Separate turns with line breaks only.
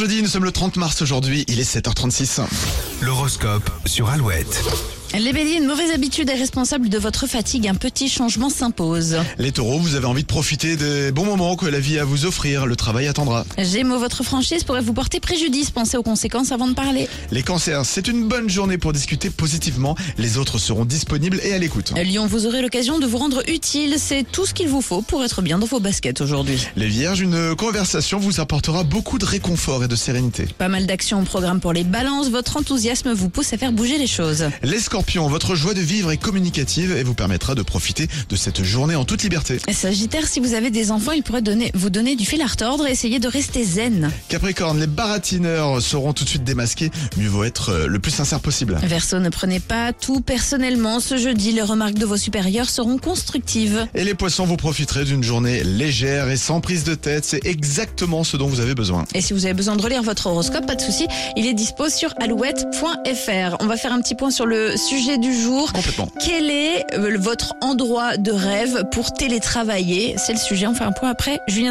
Jeudi, nous sommes le 30 mars aujourd'hui, il est 7h36.
L'horoscope sur Alouette.
Les béliers, une mauvaise habitude est responsable de votre fatigue. Un petit changement s'impose.
Les taureaux, vous avez envie de profiter des bons moments que la vie a à vous offrir, le travail attendra.
Gémeaux, votre franchise pourrait vous porter préjudice. Pensez aux conséquences avant de parler.
Les cancers, c'est une bonne journée pour discuter positivement, les autres seront disponibles et à l'écoute.
Lyon, vous aurez l'occasion de vous rendre utile. C'est tout ce qu'il vous faut pour être bien dans vos baskets aujourd'hui.
Les vierges, une conversation vous apportera beaucoup de réconfort et de sérénité.
Pas mal d'actions au programme pour les balances. Votre enthousiasme vous pousse à faire bouger les choses.
Les scorpions, votre joie de vivre est communicative et vous permettra de profiter de cette journée en toute liberté.
Sagittaire, si vous avez des enfants, ils pourraient donner, vous donner du fil à retordre. et Essayez de rester zen.
Capricorne, les baratineurs seront tout de suite démasqués, mieux vaut être euh, le plus sincère possible.
Verseau, ne prenez pas tout personnellement. Ce jeudi, les remarques de vos supérieurs seront constructives.
Et les poissons, vous profiterez d'une journée légère et sans prise de tête, c'est exactement ce dont vous avez besoin.
Et si vous avez besoin de relire votre horoscope, pas de souci, il est dispo sur alouette.fr. On va faire un petit point sur le sujet du jour.
Complètement.
Quel est euh, votre endroit de rêve pour télétravailler C'est le sujet, on fait un point après. Julien